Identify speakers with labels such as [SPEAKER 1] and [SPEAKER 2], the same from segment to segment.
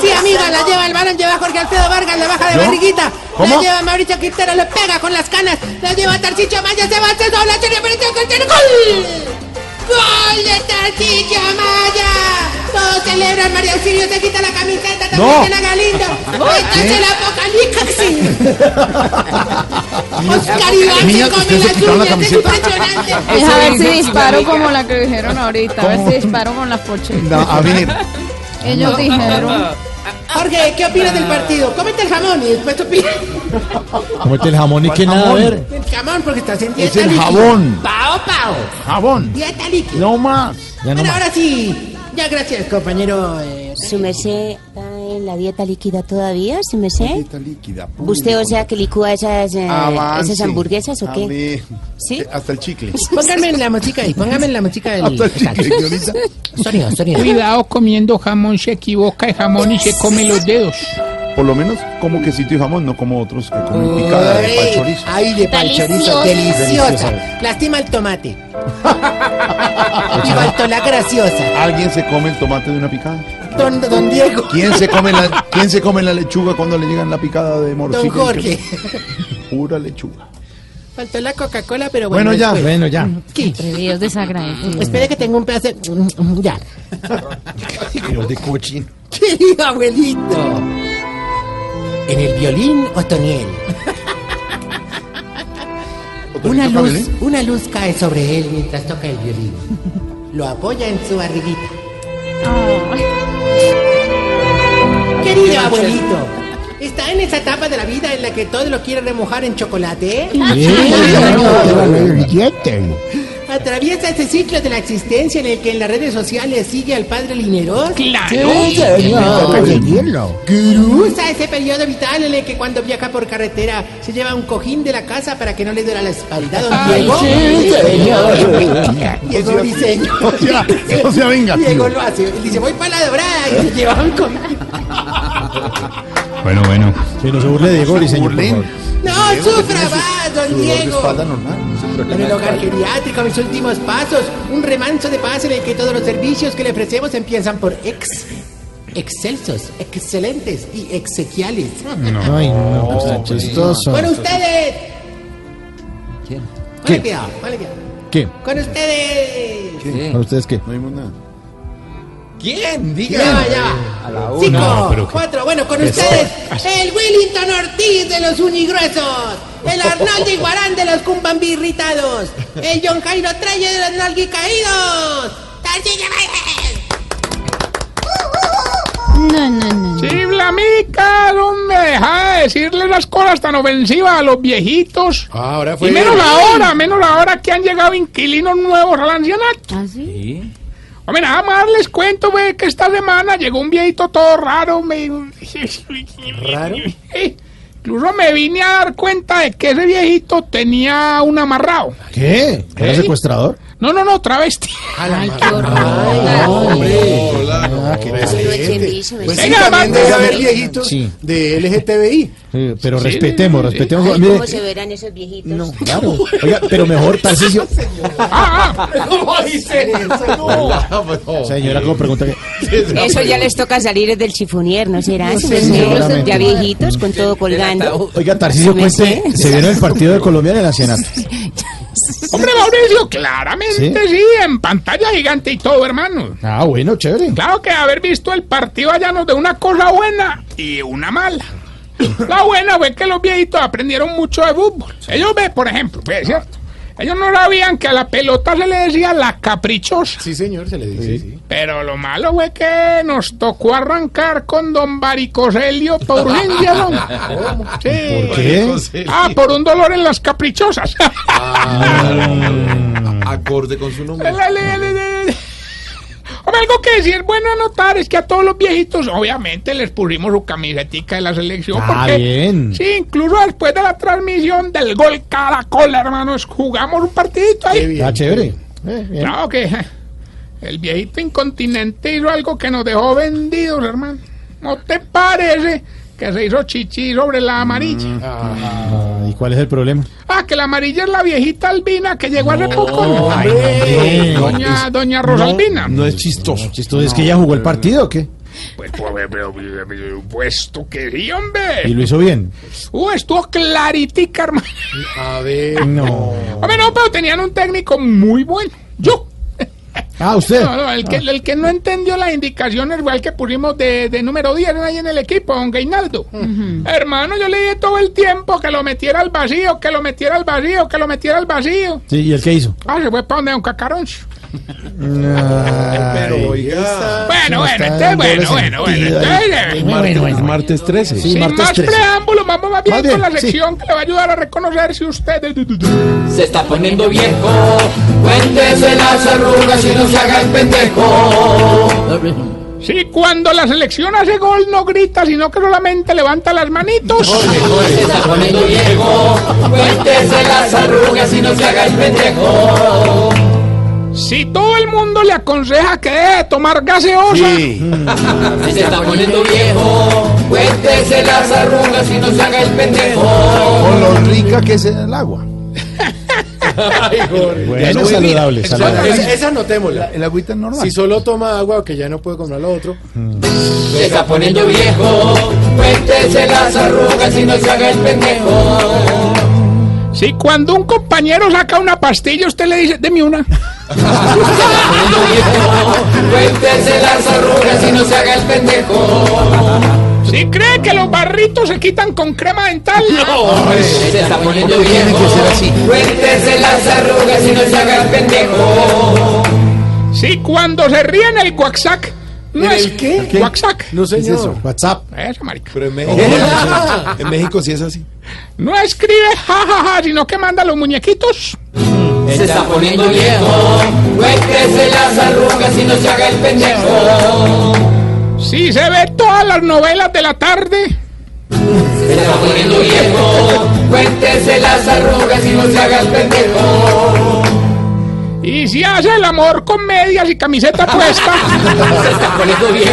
[SPEAKER 1] Sí, amiga, la lleva el balón, lleva Jorge Alfredo Vargas, la baja de barriguita. La lleva Mauricio Quintero, lo pega con las canas. La lleva Tarcicio Maya, se va, se dobla, tiene frente, Quintero, gol. ¡Gol de Tarcicio Maya! Todos celebran, María Auxilio se quita la camiseta, también
[SPEAKER 2] No. ¿Eh?
[SPEAKER 1] tiene a Galindo. Esta es el apocalipsis. Oscar Iván
[SPEAKER 2] Niña,
[SPEAKER 1] se come
[SPEAKER 2] ¿ustedes se
[SPEAKER 1] las
[SPEAKER 2] quitaron la
[SPEAKER 1] uñas, es
[SPEAKER 2] camiseta?
[SPEAKER 1] impresionante.
[SPEAKER 3] Es a ver si disparo como la que dijeron ahorita, a ver si disparo con las pochetas.
[SPEAKER 2] No,
[SPEAKER 4] Ah,
[SPEAKER 2] a ver,
[SPEAKER 3] Ellos dijeron,
[SPEAKER 1] Jorge, ¿qué opinas del partido? Cómete el jamón y después tú opinas.
[SPEAKER 2] como el jamón y que nada, a ver.
[SPEAKER 1] El jamón, porque estás en
[SPEAKER 2] Es
[SPEAKER 1] dieta
[SPEAKER 2] el
[SPEAKER 1] líquida.
[SPEAKER 2] jabón.
[SPEAKER 1] Pao, pao.
[SPEAKER 2] Jabón.
[SPEAKER 1] Dieta líquida.
[SPEAKER 2] No más. Ya no
[SPEAKER 1] Bueno,
[SPEAKER 2] más.
[SPEAKER 1] ahora sí. Ya gracias, compañero. eh,
[SPEAKER 5] ¿Su merced está en la dieta líquida todavía, su merced?
[SPEAKER 6] Dieta líquida. pum,
[SPEAKER 5] ¿Usted, o sea, que licúa esas, eh,
[SPEAKER 6] avance.
[SPEAKER 5] esas hamburguesas o qué?
[SPEAKER 6] Amén.
[SPEAKER 5] ¿Sí?
[SPEAKER 6] Eh, Hasta el chicle.
[SPEAKER 1] Pónganme en la música ahí, pónganme en la música del...
[SPEAKER 6] Hasta el chicle, Dionisa.
[SPEAKER 1] Sonido, sonido.
[SPEAKER 4] Cuidado comiendo jamón, se equivoca el jamón y se come los dedos.
[SPEAKER 6] Por lo menos como quesito y jamón, no como otros que comen picada de
[SPEAKER 1] Ay,
[SPEAKER 6] pal chorizo.
[SPEAKER 1] Ay, de palchorizo, deliciosa. Lástima el tomate. y faltó la graciosa.
[SPEAKER 6] ¿Alguien se come el tomate de una picada?
[SPEAKER 1] Don, don Diego,
[SPEAKER 6] ¿Quién se come la, ¿quién se come la lechuga cuando le llegan la picada de
[SPEAKER 1] don
[SPEAKER 6] morcilla?
[SPEAKER 1] Jorge.
[SPEAKER 6] Pura lechuga.
[SPEAKER 1] Faltó la Coca-Cola, pero bueno.
[SPEAKER 2] Bueno, ya,
[SPEAKER 1] después.
[SPEAKER 2] bueno, ya.
[SPEAKER 1] Sí.
[SPEAKER 3] Dios desagradecido.
[SPEAKER 1] Espere que tengo un pedazo de... Ya.
[SPEAKER 2] Dios de cochino.
[SPEAKER 1] Querido abuelito. En el violín Otoniel. Una
[SPEAKER 6] Otorito
[SPEAKER 1] luz,
[SPEAKER 6] Camelín.
[SPEAKER 1] una luz cae sobre él mientras toca el violín. Lo apoya en su barriguita. Querido abuelito, está en esa etapa de la vida en la que todo lo quiere remojar en chocolate. ¿eh? Atraviesa ese ciclo de la existencia en el que en las redes sociales sigue al padre Lineros.
[SPEAKER 4] Claro.
[SPEAKER 2] pues,
[SPEAKER 1] Usa ese periodo vital en el que cuando viaja por carretera se lleva un cojín de la casa para que no le duela la espalda, don Diego. Diego diseño.
[SPEAKER 6] O sea, o sea, venga. tío.
[SPEAKER 1] Diego lo hace. Él dice, voy para la dorada y se lleva un cojín.
[SPEAKER 4] Bueno, bueno.
[SPEAKER 2] Que no se burle de Diego Briseño, por
[SPEAKER 6] Burlen.
[SPEAKER 2] favor.
[SPEAKER 1] No,
[SPEAKER 6] Diego, que
[SPEAKER 1] sufra
[SPEAKER 6] tiene su-
[SPEAKER 1] más,
[SPEAKER 6] su
[SPEAKER 1] don
[SPEAKER 6] dolor de
[SPEAKER 1] Diego.
[SPEAKER 6] espalda normal. no se traca
[SPEAKER 1] En el
[SPEAKER 6] nada.
[SPEAKER 1] hogar geriátrico, mis últimos pasos, un remanso de paz en el que todos los servicios que le ofrecemos empiezan por ex, excelsos, excelentes y exequiales.
[SPEAKER 6] Ah.
[SPEAKER 2] Ay, no, pues tan chistoso.
[SPEAKER 1] Bueno, ustedes. ¿Quién?
[SPEAKER 2] ¿Quién?
[SPEAKER 1] cuidado, ponle cuidado.
[SPEAKER 2] ¿Qué?
[SPEAKER 1] Con ustedes.
[SPEAKER 2] ¿Para ustedes qué?
[SPEAKER 6] No vimos nada.
[SPEAKER 1] Ya va, ya va. Cinco, cuatro, bueno, con ustedes, el Willington Ortiz de los Unigruesos, el Arnaldo Iguarán de los Cumbambi irritados, el John Jairo Trello de los Nalgui caídos. ¡Tarcillo Maya!
[SPEAKER 3] No, no, no.
[SPEAKER 4] Chiblamica, hombre, deja de decirle las cosas tan ofensivas a los viejitos.
[SPEAKER 6] Ahora
[SPEAKER 4] Y menos ahora, menos ahora que han llegado inquilinos nuevos al ancianato.
[SPEAKER 3] ¿Así?
[SPEAKER 4] Hombre, nada más les cuento, güey, que esta semana llegó un viejito todo raro, me...
[SPEAKER 1] ¿Raro?
[SPEAKER 4] Incluso me vine a dar cuenta de que ese viejito tenía un amarrado.
[SPEAKER 2] ¿Qué? ¿Era
[SPEAKER 4] ¿Eh?
[SPEAKER 2] secuestrador?
[SPEAKER 4] No, no, no, travesti.
[SPEAKER 3] Ay, qué horror.
[SPEAKER 2] Ah, qué tal.
[SPEAKER 5] Lo echen bicho,
[SPEAKER 6] Pues sí,
[SPEAKER 4] Venga,
[SPEAKER 6] también
[SPEAKER 4] manda.
[SPEAKER 6] debe haber viejitos
[SPEAKER 2] Sí.
[SPEAKER 6] de LGTBI.
[SPEAKER 2] Sí, Pero respetemos, respetemos.
[SPEAKER 5] Ay,
[SPEAKER 2] Mire,
[SPEAKER 5] ¿Cómo se verán esos viejitos?
[SPEAKER 2] no, claro. Oiga, pero mejor, Tarcicio.
[SPEAKER 4] Ah, ah.
[SPEAKER 2] Señora, como pregunta que.
[SPEAKER 5] Eso ya les toca salir del chifonier, ¿no será? su
[SPEAKER 2] señor.
[SPEAKER 5] merced? Ya viejitos, con todo colgando.
[SPEAKER 2] Oiga, Tarcicio, cuente, ¿se vieron el partido de Colombia en el ancianato?
[SPEAKER 4] Hombre, Mauricio, claramente
[SPEAKER 2] ¿Sí?
[SPEAKER 4] ¿Sí? en pantalla gigante y todo, hermano.
[SPEAKER 2] Ah, bueno, chévere.
[SPEAKER 4] Claro que haber visto el partido allá nos de una cosa buena y una mala. La buena fue que los viejitos aprendieron mucho de fútbol. Ellos ven, por ejemplo, pues, ¿cierto? Ellos no sabían que a la pelota se le decía la caprichosa.
[SPEAKER 6] Sí, señor, se le dice. sí.
[SPEAKER 4] Pero lo malo fue que nos tocó arrancar con don Baricoselio por urgencia, ¿no? Sí.
[SPEAKER 2] ¿Por qué?
[SPEAKER 4] Ah, por un dolor en las caprichosas.
[SPEAKER 7] Ah. acorde con su nombre.
[SPEAKER 4] Le- le- le- le- le- algo que sí es bueno anotar es que a todos los viejitos, obviamente, les pusimos su camisetica de la selección.
[SPEAKER 2] Ah,
[SPEAKER 4] porque,
[SPEAKER 2] bien.
[SPEAKER 4] Sí, incluso después de la transmisión del gol Caracol, hermanos, jugamos un partidito ahí.
[SPEAKER 2] Está chévere. Eh, bien.
[SPEAKER 4] Claro que eh, el viejito incontinente hizo algo que nos dejó vendidos, hermano. ¿No te parece que se hizo chichi sobre la amarilla?
[SPEAKER 7] Mm.
[SPEAKER 2] Ah, ¿Y cuál es el problema?
[SPEAKER 4] Ah, que la amarilla es la viejita albina que llegó hace poco. ¿no?
[SPEAKER 2] hombre.
[SPEAKER 4] doña, doña Rosalbina.
[SPEAKER 6] No es chistoso.
[SPEAKER 2] Esto es que ella jugó el partido, ¿o qué?
[SPEAKER 4] Pues, pues, pues, pues, puesto que sí,
[SPEAKER 2] Y
[SPEAKER 4] hombre.
[SPEAKER 2] lo hizo bien.
[SPEAKER 4] Uh, estuvo claritica, hermano.
[SPEAKER 2] No.
[SPEAKER 4] Hombre, no, pero tenían un técnico muy bueno. Yo.
[SPEAKER 2] Ah, usted.
[SPEAKER 4] No, no, el, que, el que no entendió las indicaciones fue el que pusimos de, de número 10 ahí en el equipo, don Gainaldo. Hermano, yo le dije todo el tiempo que lo metiera al vacío, que lo metiera al vacío, que lo metiera al vacío.
[SPEAKER 2] Sí, ¿y el qué hizo?
[SPEAKER 4] Ah, se fue para donde don Cacaroncio.
[SPEAKER 2] Ay.
[SPEAKER 4] Bueno, bueno,
[SPEAKER 2] está
[SPEAKER 4] entonces,
[SPEAKER 2] dando
[SPEAKER 4] bueno,
[SPEAKER 2] doble
[SPEAKER 4] bueno, bueno,
[SPEAKER 2] sentido ahí.
[SPEAKER 4] entonces, eh,
[SPEAKER 6] Martes 13.
[SPEAKER 2] Sí,
[SPEAKER 4] Sin
[SPEAKER 2] martes
[SPEAKER 4] más
[SPEAKER 2] 13.
[SPEAKER 4] preámbulos, vamos más bien
[SPEAKER 2] Más
[SPEAKER 4] con
[SPEAKER 2] bien,
[SPEAKER 4] la
[SPEAKER 2] sí.
[SPEAKER 4] lección que le va a ayudar a reconocer si usted...
[SPEAKER 7] Se está poniendo viejo, cuéntese las arrugas y no se haga el pendejo.
[SPEAKER 4] Si cuando la selección hace gol no grita, sino que solamente levanta las manitos.
[SPEAKER 7] Se está poniendo viejo, cuéntese las arrugas y no se haga el pendejo.
[SPEAKER 4] Si todo el mundo le aconseja que deje de tomar gaseosa.
[SPEAKER 7] Se está poniendo viejo, cuéntese las arrugas y no se haga el pendejo.
[SPEAKER 6] Con lo rica que es el agua.
[SPEAKER 2] Bueno, saludable, saludable.
[SPEAKER 8] Esa anotémosla.
[SPEAKER 6] El agüita es normal.
[SPEAKER 8] Si solo toma agua, que ya no puede comprar lo otro.
[SPEAKER 7] Se está poniendo viejo, cuéntese las arrugas y no se haga el pendejo.
[SPEAKER 4] Si cuando un compañero saca una pastilla, usted le dice, deme una.
[SPEAKER 7] Cuéntese las arrugas y no se haga el pendejo.
[SPEAKER 4] Si cree que los barritos se quitan con crema dental.
[SPEAKER 7] Se está poniendo viejo. Cuéntese las arrugas y no se haga el pendejo.
[SPEAKER 4] Si cuando se ríe en el guaxac. No
[SPEAKER 8] ¿En
[SPEAKER 4] es
[SPEAKER 8] el qué?
[SPEAKER 4] Guaxac.
[SPEAKER 8] No,
[SPEAKER 2] ¿Qué es
[SPEAKER 8] señor.
[SPEAKER 2] eso? WhatsApp.
[SPEAKER 4] Eso, marica.
[SPEAKER 8] Pero en México, en México sí es así.
[SPEAKER 4] No escribe jajaja, sino que manda los muñequitos.
[SPEAKER 7] Se está poniendo viejo. Cuéntese las arrugas y no se haga el pendejo.
[SPEAKER 4] Si se ve todas las novelas de la tarde.
[SPEAKER 7] Se está poniendo viejo. Cuéntese las arrugas y no se haga el pendejo.
[SPEAKER 4] Y si hace el amor con medias y camiseta puesta.
[SPEAKER 7] Se está poniendo viejo.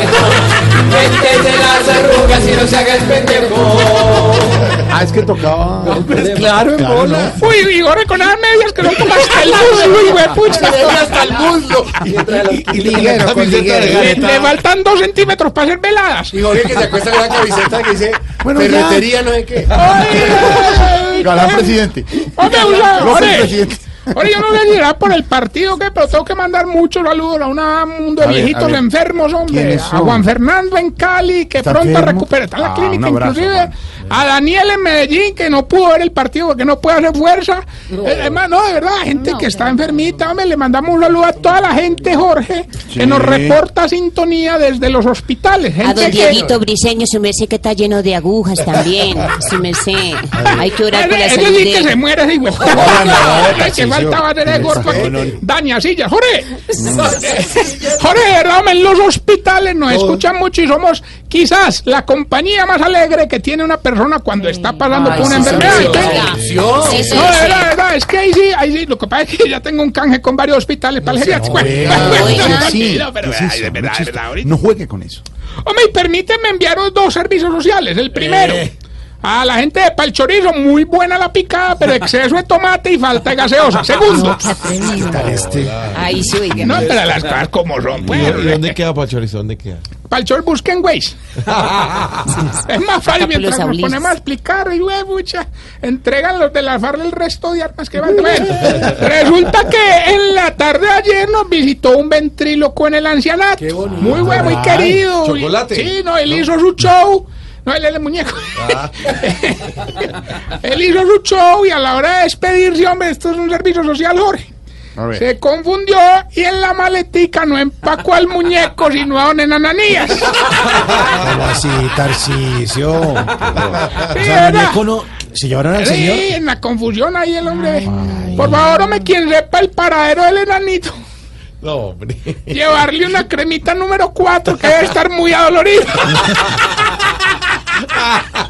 [SPEAKER 7] Cuéntese las arrugas y no se haga el pendejo.
[SPEAKER 6] Ah, es que tocaba.
[SPEAKER 8] Pues claro, en bola.
[SPEAKER 4] Uy, rigor con las medias que no como hasta el muslo, hijo de pucha.
[SPEAKER 7] Hasta el muslo.
[SPEAKER 8] Y liguero, con liguero.
[SPEAKER 4] Le, le faltan dos centímetros para ser veladas.
[SPEAKER 8] Y Jorge que se acuesta con la camiseta que dice,
[SPEAKER 6] Bueno, ya.
[SPEAKER 8] ferretería, no sé qué.
[SPEAKER 4] Ay,
[SPEAKER 6] Galán presidente.
[SPEAKER 4] Hombre, usa-
[SPEAKER 6] López
[SPEAKER 4] hombre.
[SPEAKER 6] presidente.
[SPEAKER 4] Ahora yo no le dirá por el partido que, pero tengo que mandar muchos saludos a una- un mundo de
[SPEAKER 6] A ver,
[SPEAKER 4] viejitos
[SPEAKER 6] a ver.
[SPEAKER 4] enfermos, hombre.
[SPEAKER 6] ¿Quiénes
[SPEAKER 4] A
[SPEAKER 6] son?
[SPEAKER 4] Juan Fernando en Cali, que
[SPEAKER 6] ¿Está
[SPEAKER 4] pronto
[SPEAKER 6] enfermo?
[SPEAKER 4] recupera. Está en la
[SPEAKER 6] Ah,
[SPEAKER 4] clínica,
[SPEAKER 6] un abrazo,
[SPEAKER 4] inclusive.
[SPEAKER 6] Juan.
[SPEAKER 4] A Daniel en Medellín, que no pudo ver el partido porque no puede hacer fuerza. Eh, Hermano, no, de verdad, gente que está enfermita, hombre, le mandamos un saludo a toda la gente, Jorge, que
[SPEAKER 6] Sí.
[SPEAKER 4] nos reporta sintonía desde los hospitales.
[SPEAKER 5] A
[SPEAKER 4] Gente
[SPEAKER 5] don
[SPEAKER 4] que-
[SPEAKER 5] Dieguito Briseño, su merced que está lleno de agujas también. Su merced. Hay que orar por la
[SPEAKER 4] Es
[SPEAKER 5] salud
[SPEAKER 4] decir,
[SPEAKER 5] de
[SPEAKER 4] Ah, que se
[SPEAKER 5] él.
[SPEAKER 4] muere ese hijo. Que faltaba tener el cuerpo aquí. Daña silla, Jorge. Jorge, de verdad, hombre, en los hospitales nos escuchan mucho y somos quizás la compañía más alegre que tiene una persona cuando está pasando por una enfermedad.
[SPEAKER 5] Oiga,
[SPEAKER 4] ¿Qué?
[SPEAKER 5] sí, sí,
[SPEAKER 4] No, de
[SPEAKER 5] sí.
[SPEAKER 4] verdad, de verdad, es que ahí sí, ahí sí, lo que pasa es que ya tengo un canje con varios hospitales para el geriátrico.
[SPEAKER 5] oiga.
[SPEAKER 4] No, Eh, Ah, pero, ay, de verdad, de verdad, ahorita.
[SPEAKER 6] No juegue con eso.
[SPEAKER 4] Hombre, y permíteme enviaros dos servicios sociales. El primero, a la gente de Palchorizo, muy buena la picada, pero exceso de tomate y falta de gaseosa. Segundo,
[SPEAKER 7] este.
[SPEAKER 5] Ahí sí, oiga.
[SPEAKER 4] no, pero las cosas como son, pues.
[SPEAKER 8] queda Pachorizo? ¿Dónde queda?
[SPEAKER 4] Palchor busca en Waze. es más fácil mientras nos
[SPEAKER 5] Aulis.
[SPEAKER 4] ponemos a explicar y güey, pucha, entregan los de la FARC el resto de armas que van a traer. Resulta que en la tarde de ayer nos visitó un ventríloco en el ancianato. Muy bueno, muy querido.
[SPEAKER 8] chocolate.
[SPEAKER 4] Sí, no, él hizo su show. No, él es el muñeco. él hizo su show y a la hora de despedirse, hombre, esto es un servicio social, Jorge.
[SPEAKER 6] A ver.
[SPEAKER 4] Se confundió y en la maletica no empacó al muñeco, sino a don Enananías.
[SPEAKER 2] ¿Cómo así, Tarcicio? O sea,
[SPEAKER 4] era.
[SPEAKER 2] el muñeco no- ¿Se llevaron al señor?
[SPEAKER 4] Sí, en la confusión ahí el hombre. Por favor, hombre, quien sepa el paradero del enanito.
[SPEAKER 8] No, hombre.
[SPEAKER 4] Llevarle una cremita número 4 que debe estar muy adolorido.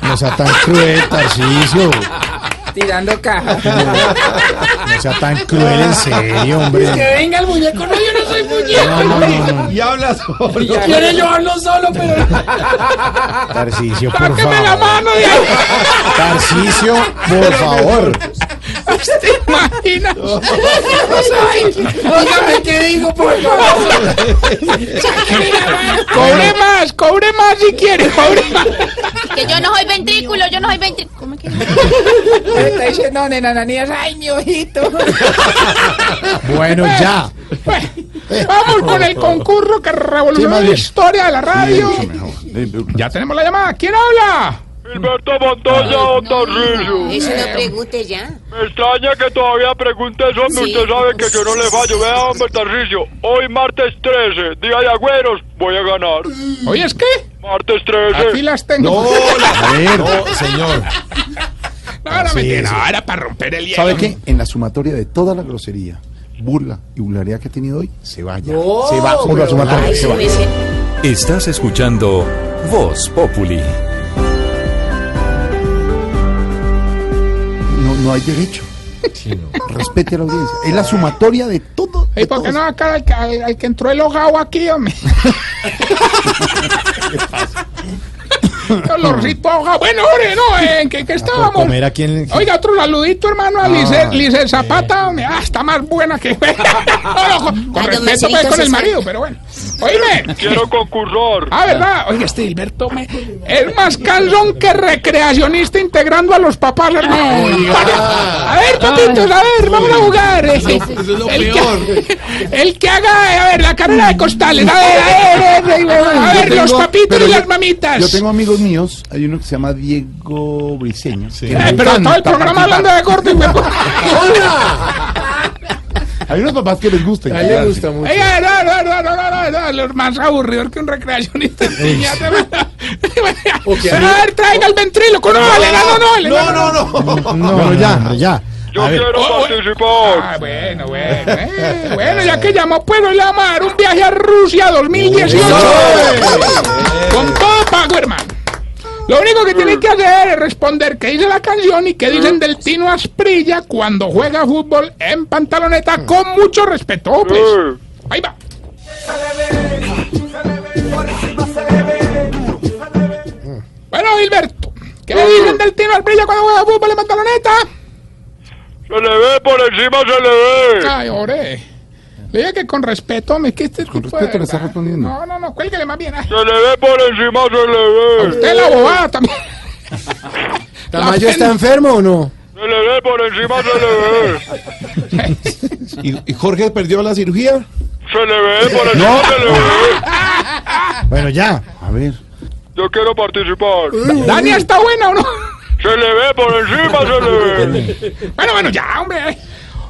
[SPEAKER 2] No sea tan cruel, Tarcicio.
[SPEAKER 7] Tirando caja.
[SPEAKER 2] No sea tan cruel, en serio, hombre.
[SPEAKER 7] Que venga el muñeco. No, yo no soy
[SPEAKER 2] No,
[SPEAKER 7] muñeco.
[SPEAKER 2] no, no, no.
[SPEAKER 8] Y habla solo.
[SPEAKER 7] Quiere llevarlo solo, pero.
[SPEAKER 2] Tarcicio, por
[SPEAKER 4] Sáqueme la
[SPEAKER 2] favor.
[SPEAKER 4] mano de ahí.
[SPEAKER 2] Tarcicio, por favor.
[SPEAKER 4] ¿Te imaginas?
[SPEAKER 7] Óigame qué digo, por favor.
[SPEAKER 4] Cobre más, cobre más si quiere, cobre más.
[SPEAKER 3] Que yo no soy ventrículo, yo no soy ventrículo. ¿Cómo es que no?
[SPEAKER 7] Me está diciendo, no, nena, Ananías, ay, mi ojito.
[SPEAKER 2] Bueno, ya.
[SPEAKER 4] Bueno, Vamos con el concurso que
[SPEAKER 2] Sí,
[SPEAKER 4] revolucionó
[SPEAKER 2] más
[SPEAKER 4] la
[SPEAKER 2] bien.
[SPEAKER 4] historia de la radio. Ya tenemos la llamada. ¿Quién habla?
[SPEAKER 9] Gilberto Montoya o Tarrillo.
[SPEAKER 5] Eso no pregunte ya.
[SPEAKER 9] Me extraña que todavía pregunte eso, hombre.
[SPEAKER 5] Sí.
[SPEAKER 9] Usted sabe que yo no le fallo. Vea, hombre, Tarrillo. Hoy martes 13, día de agüeros, voy a ganar.
[SPEAKER 4] Oye, es que
[SPEAKER 9] Martes
[SPEAKER 4] aquí
[SPEAKER 9] 13.
[SPEAKER 4] las tengo.
[SPEAKER 8] A ver. No, señor.
[SPEAKER 4] No, era mentira, no, Ah, era para romper el hielo.
[SPEAKER 6] ¿Sabe qué? En la sumatoria de toda la grosería, burla y burlaría que ha tenido hoy, se vaya. se va por la sumatoria.
[SPEAKER 5] Ay,
[SPEAKER 6] Se va.
[SPEAKER 5] súbese.
[SPEAKER 10] Estás escuchando Voz Populi.
[SPEAKER 6] No, no hay derecho. Respete a la audiencia. Es la sumatoria de todo.
[SPEAKER 4] ¿Y
[SPEAKER 6] de
[SPEAKER 4] por qué
[SPEAKER 6] todo.
[SPEAKER 4] no acá al, al- al que entró el hogado aquí, hombre? Los ritos ahogados. Bueno, hombre, no, ¿en qué, qué
[SPEAKER 2] Por
[SPEAKER 4] estábamos?
[SPEAKER 2] comer aquí en.
[SPEAKER 4] Oiga, otro saludito, hermano, a Lice,
[SPEAKER 6] Ah.
[SPEAKER 4] Lice Zapata. hombre. Ah, está más buena que. no, no, con, con
[SPEAKER 5] Ah, don
[SPEAKER 4] respeto, pues,
[SPEAKER 5] Marcelito
[SPEAKER 4] con el
[SPEAKER 5] César.
[SPEAKER 4] marido, pero bueno. Oíme.
[SPEAKER 9] Quiero concursar.
[SPEAKER 4] Ah, ¿verdad? Oiga, este Gilberto me... es más calzón que recreacionista integrando a los papás, hermano. A ver, papitos, a ver, vamos a jugar.
[SPEAKER 8] Eso es lo
[SPEAKER 4] El que-
[SPEAKER 8] peor.
[SPEAKER 4] El que haga, a ver, la carrera de costales. A ver, a ver, a ver, a ver,
[SPEAKER 6] Yo
[SPEAKER 4] los
[SPEAKER 6] tengo-
[SPEAKER 4] papitos
[SPEAKER 6] pero
[SPEAKER 4] y
[SPEAKER 6] yo-
[SPEAKER 4] las mamitas.
[SPEAKER 6] Yo tengo amigos míos, hay uno que se llama Diego Briseño. que
[SPEAKER 4] Eh,
[SPEAKER 6] le
[SPEAKER 4] pero todo el
[SPEAKER 6] encanta
[SPEAKER 4] programa
[SPEAKER 6] participar.
[SPEAKER 4] hablando de gordo y huevo.
[SPEAKER 6] Hay unos papás que les gusta.
[SPEAKER 8] A él le gusta mucho.
[SPEAKER 4] Oiga, no, no, no, no, no, no, no, los más aburridos que un recreacionista.
[SPEAKER 8] Ok,
[SPEAKER 4] Pero a ver, traiga el ventríloco. No, el enano no, el enano
[SPEAKER 8] No, no, no.
[SPEAKER 2] No, no, ya, ya.
[SPEAKER 9] Yo quiero
[SPEAKER 4] Oh, oh.
[SPEAKER 9] participar.
[SPEAKER 4] Ah, bueno, bueno, eh, bueno, ya que llamó, puedo llamar un viaje a Rusia 2018. Con todo pago, hermano. Lo único que tienen que hacer es responder qué dice la canción y qué dicen del Tino Asprilla cuando juega fútbol en pantaloneta con mucho respeto, pues.
[SPEAKER 9] Sí.
[SPEAKER 4] Ahí va. Bueno, Gilberto, ¿qué dicen del Tino Asprilla cuando juega fútbol en pantaloneta?
[SPEAKER 9] Se le ve por encima, se le ve.
[SPEAKER 4] Ay, ore. Le dije que con respeto, me que este
[SPEAKER 6] Con
[SPEAKER 4] tipo
[SPEAKER 6] respeto
[SPEAKER 4] de-
[SPEAKER 6] le está respondiendo.
[SPEAKER 4] No, no, no, cuélguele más bien. ay.
[SPEAKER 9] Se le ve por encima, se le ve.
[SPEAKER 4] Usted la bobada también.
[SPEAKER 2] ¿Tamayo
[SPEAKER 4] La
[SPEAKER 2] está
[SPEAKER 4] pena.
[SPEAKER 2] enfermo o no?
[SPEAKER 9] Se le ve por encima, se le ve.
[SPEAKER 8] ¿Y, y Jorge perdió la cirugía?
[SPEAKER 9] Se le ve por encima, se le ve.
[SPEAKER 2] Bueno, ya.
[SPEAKER 6] A ver.
[SPEAKER 9] Yo quiero participar.
[SPEAKER 4] Dani está buena o no.
[SPEAKER 9] Se le ve por encima, se le ve.
[SPEAKER 4] Bueno, bueno, ya, hombre. ay.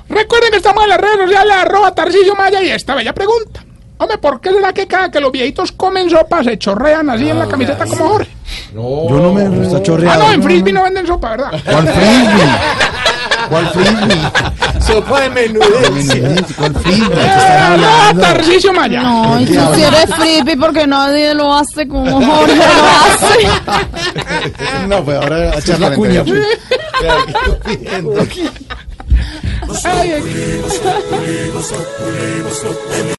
[SPEAKER 4] Recuerden que estamos en las redes sociales, arroba Tarcillo Maya y esta bella pregunta. Hombre, ¿por qué será que cada que los viejitos comen sopa se chorrean así en la camiseta como Jorge?
[SPEAKER 8] No.
[SPEAKER 2] Yo no me. Está
[SPEAKER 4] Ah,
[SPEAKER 2] chorreado.
[SPEAKER 4] no, en Frisbee no venden sopa, ¿verdad?
[SPEAKER 6] ¿Cuál frisbee? ¿Cuál frisbee?
[SPEAKER 5] Ah.
[SPEAKER 8] Sopa de menudencia.
[SPEAKER 6] ¿Cuál frisbee?
[SPEAKER 4] Ah, no, Tarcisio Maya.
[SPEAKER 3] No, y tú si eres frippy porque nadie lo hace como Jorge lo hace.
[SPEAKER 8] No, pues ahora a echar la cuña.
[SPEAKER 4] Ay, ay.